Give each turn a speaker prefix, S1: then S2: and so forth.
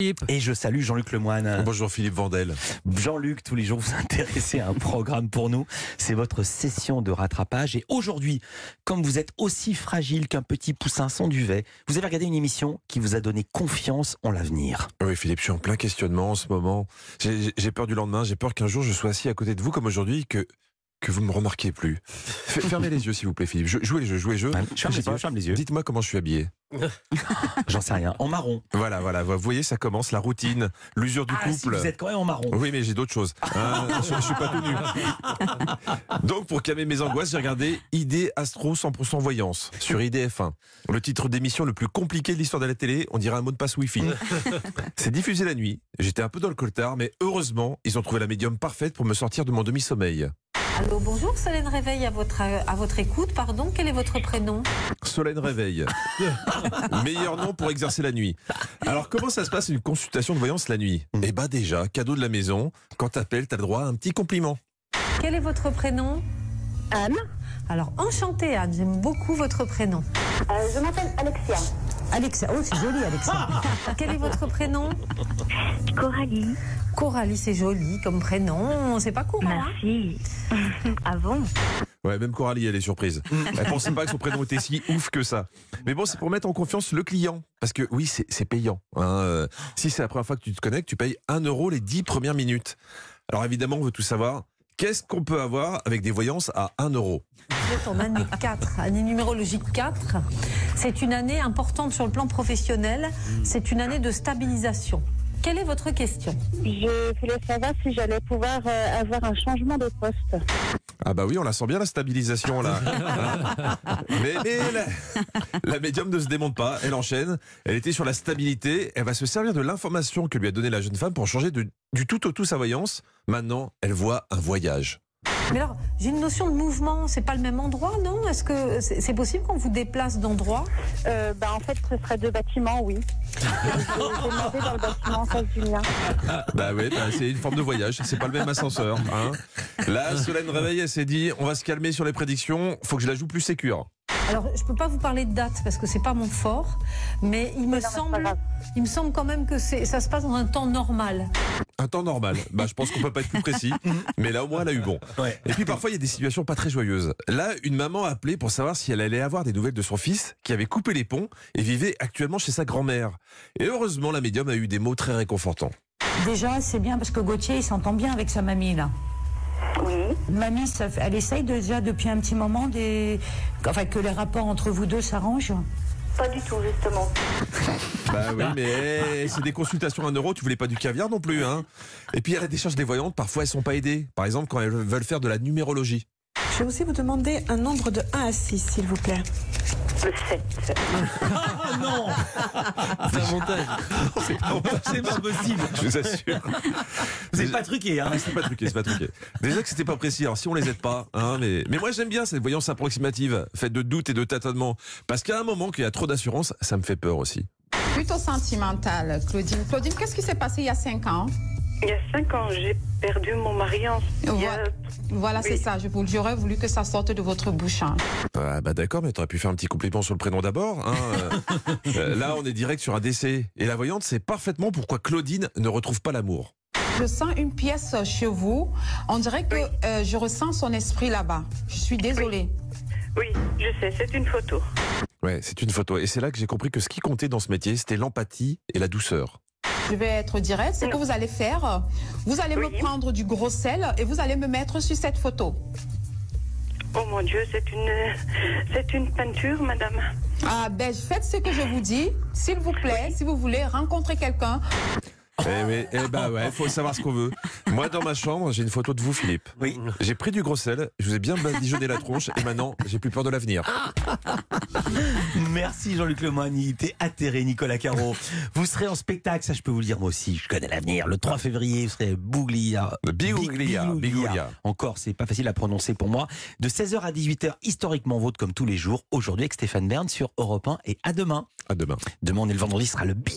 S1: Philippe.
S2: Et je salue Jean-Luc Lemoine.
S3: Bonjour Philippe Vandel.
S2: bah. Jean-Luc, tous les jours, vous intéressez à un programme pour nous. C'est votre session de rattrapage. Et aujourd'hui, comme vous êtes aussi fragile qu'un petit poussin sans duvet, vous avez regardé une émission qui vous a donné confiance en l'avenir.
S3: Oui Philippe, je suis en plein questionnement en ce moment. J'ai j'ai peur du lendemain, j'ai peur qu'un jour je sois assis à côté de vous comme aujourd'hui que que vous me remarquiez plus. F- Fermez les yeux s'il vous plaît Philippe. Je, jouez le jeu, jouez le jeu.
S2: Je Euh, ferme les
S3: Je sais
S2: yeux,
S3: pas.
S2: je ferme les yeux.
S3: Dites-moi comment je suis habillé.
S2: J'en sais rien. En marron.
S3: Voilà, voilà, vous voyez, ça commence la routine, l'usure du
S2: ah, si
S3: couple.
S2: vous êtes quand même en marron.
S3: Oui, mais j'ai d'autres choses. Hein, je, je suis pas tout nu. Donc, pour calmer mes angoisses, j'ai regardé ID Astro 100% Voyance sur IDF1. Le titre d'émission le plus compliqué de l'histoire de la télé, on dirait un mot de passe Wi-Fi. C'est diffusé la nuit. J'étais un peu dans le coltard, mais heureusement, ils ont trouvé la médium parfaite pour me sortir de mon demi-sommeil.
S4: Allô, bonjour, Solène Réveil à votre, euh, à votre écoute, pardon, quel est votre prénom
S3: Solène Réveil. Meilleur nom pour exercer la nuit. Alors, comment ça se passe une consultation de voyance la nuit Eh bah déjà, cadeau de la maison. Quand t'appelles, t'as le droit à un petit compliment.
S4: Quel est votre prénom
S5: Anne,
S4: Alors, enchantée Anne, j'aime beaucoup votre prénom.
S5: euh, je m'appelle Alexia.
S4: Alexa, oh c'est joli Alexa. quel est votre prénom
S5: Coralie,
S4: Coralie, c'est joli comme prénom, c'est pas courant. hein
S5: merci. Avant,
S3: Ouais, même Coralie, elle est surprise. Elle pensait pas que son prénom était si ouf que ça. Mais bon, c'est pour mettre en confiance le client. Parce que oui, c'est c'est payant. hein. Euh, Si c'est la première fois que tu te connectes, tu payes 1 euro les 10 premières minutes. Alors évidemment, on veut tout savoir. Qu'est-ce qu'on peut avoir avec des voyances à 1 euro
S4: Vous êtes en année 4, année numérologique 4. C'est une année importante sur le plan professionnel, c'est une année de stabilisation. Quelle est votre question
S5: je voulais savoir si j'allais pouvoir euh, avoir un changement de poste.
S3: Ah bah oui, on la sent bien la stabilisation là. Hein mais mais la, la médium ne se démonte pas, elle enchaîne. Elle était sur la stabilité, elle va se servir de l'information que lui a donnée la jeune femme pour changer de- du tout au tout sa voyance. Maintenant, elle voit un voyage.
S4: Mais alors, j'ai une notion de mouvement, c'est pas le même endroit, non Est-ce que c'est c'est possible qu'on vous déplace d'endroit
S5: Euh, bah, en fait, ce serait deux bâtiments, oui. Je vais demander dans le bâtiment en face du mien.
S3: Bah oui, bah c'est une forme de voyage, c'est pas le même ascenseur. Hein. Là, Solène Réveil, elle s'est dit, on va se calmer sur les prédictions, faut que je la joue plus sécure.
S4: Alors, je peux pas vous parler de date parce que c'est pas mon fort, mais il me
S5: c'est pas
S4: semble,
S5: grave.
S4: il me semble quand même que c'est- ça se passe dans un temps normal.
S3: Un temps normal, bah je pense qu'on peut pas être plus précis, mais là au moins elle a eu bon.
S2: Ouais.
S3: Et puis parfois il y a des situations pas très joyeuses. Là, une maman a appelé pour savoir si elle allait avoir des nouvelles de son fils qui avait coupé les ponts et vivait actuellement chez sa grand-mère. Et heureusement, la médium a eu des mots très réconfortants.
S6: Déjà, c'est bien parce que Gauthier, il s'entend bien avec sa mamie, là.
S5: Oui,
S6: Mamie, ça fait- elle essaye déjà depuis un petit moment des... enfin, que les rapports entre vous deux s'arrangent.
S5: pas du tout, justement.
S3: Bah oui, mais c'est des consultations à un euro, tu voulais pas du caviar non plus. Hein. Et puis à la décharge des voyantes, parfois elles sont pas aidées. Par exemple, quand elles veulent faire de la numérologie.
S7: Je vais aussi vous demander un nombre de 1 à 6, s'il vous plaît.
S5: Le 7.
S1: Ah non C'est un montage. C'est pas possible.
S3: Je vous assure.
S2: Vous n'êtes pas truqué, hein
S3: Ah, c'est pas truqué, c'est pas truqué. Déjà que c'était pas précis, alors si on les aide pas, hein, mais, mais moi j'aime bien cette voyance approximative, faite de doutes et de tâtonnements. Parce qu'à un moment qu'il y a trop d'assurance, ça me fait peur aussi.
S8: Plutôt sentimentale, Claudine. Claudine, qu'est-ce qui s'est passé il y a cinq ans
S9: Il y a cinq ans, j'ai perdu mon mari. en- Il y a-
S8: Voilà, c'est
S9: Oui.
S8: ça. Je vous- J'aurais voulu que ça sorte de votre bouche. hein.
S3: Ah bah d'accord, mais t'aurais pu faire un petit compliment sur le prénom d'abord. hein. Euh, euh, là, on est direct sur un décès. Et la voyante sait parfaitement pourquoi Claudine ne retrouve pas l'amour.
S8: Je sens une pièce chez vous. On dirait que euh, je ressens son esprit là-bas. Je suis désolée.
S9: Oui, je sais, c'est une photo.
S3: Ouais, c'est une photo. Et c'est là que j'ai compris que ce qui comptait dans ce métier, c'était l'empathie et la douceur.
S8: Je vais être directe. Ce que vous allez faire, vous allez
S9: Oui.
S8: me prendre du gros sel et vous allez me mettre sur cette photo.
S9: Oh mon Dieu, c'est une, euh, c'est une peinture, madame.
S8: Ah ben, faites ce que je vous dis. S'il vous plaît, si vous voulez rencontrer quelqu'un,
S3: Eh, oui, eh bah ouais, faut savoir ce qu'on veut. Moi, dans ma chambre, j'ai une photo de vous, Philippe.
S2: Oui.
S3: J'ai pris du gros sel, je vous ai bien badigeonné la tronche et maintenant, j'ai plus peur de l'avenir.
S2: Merci Jean-Luc Lemoyne, il était atterré Nicolas Caro. Vous serez en spectacle, ça je peux vous le dire moi aussi, je connais l'avenir. Le 3 février, vous serez à Bouglia.
S3: Bigoglia,
S2: Big-
S3: Bigoglia.
S2: Encore, c'est pas facile à prononcer pour moi. De 16h à 18h, historiquement vôtre comme tous les jours, aujourd'hui avec Stéphane Bern sur Europe 1 et à demain.
S3: À demain.
S2: Demain, on est le vendredi, ce sera le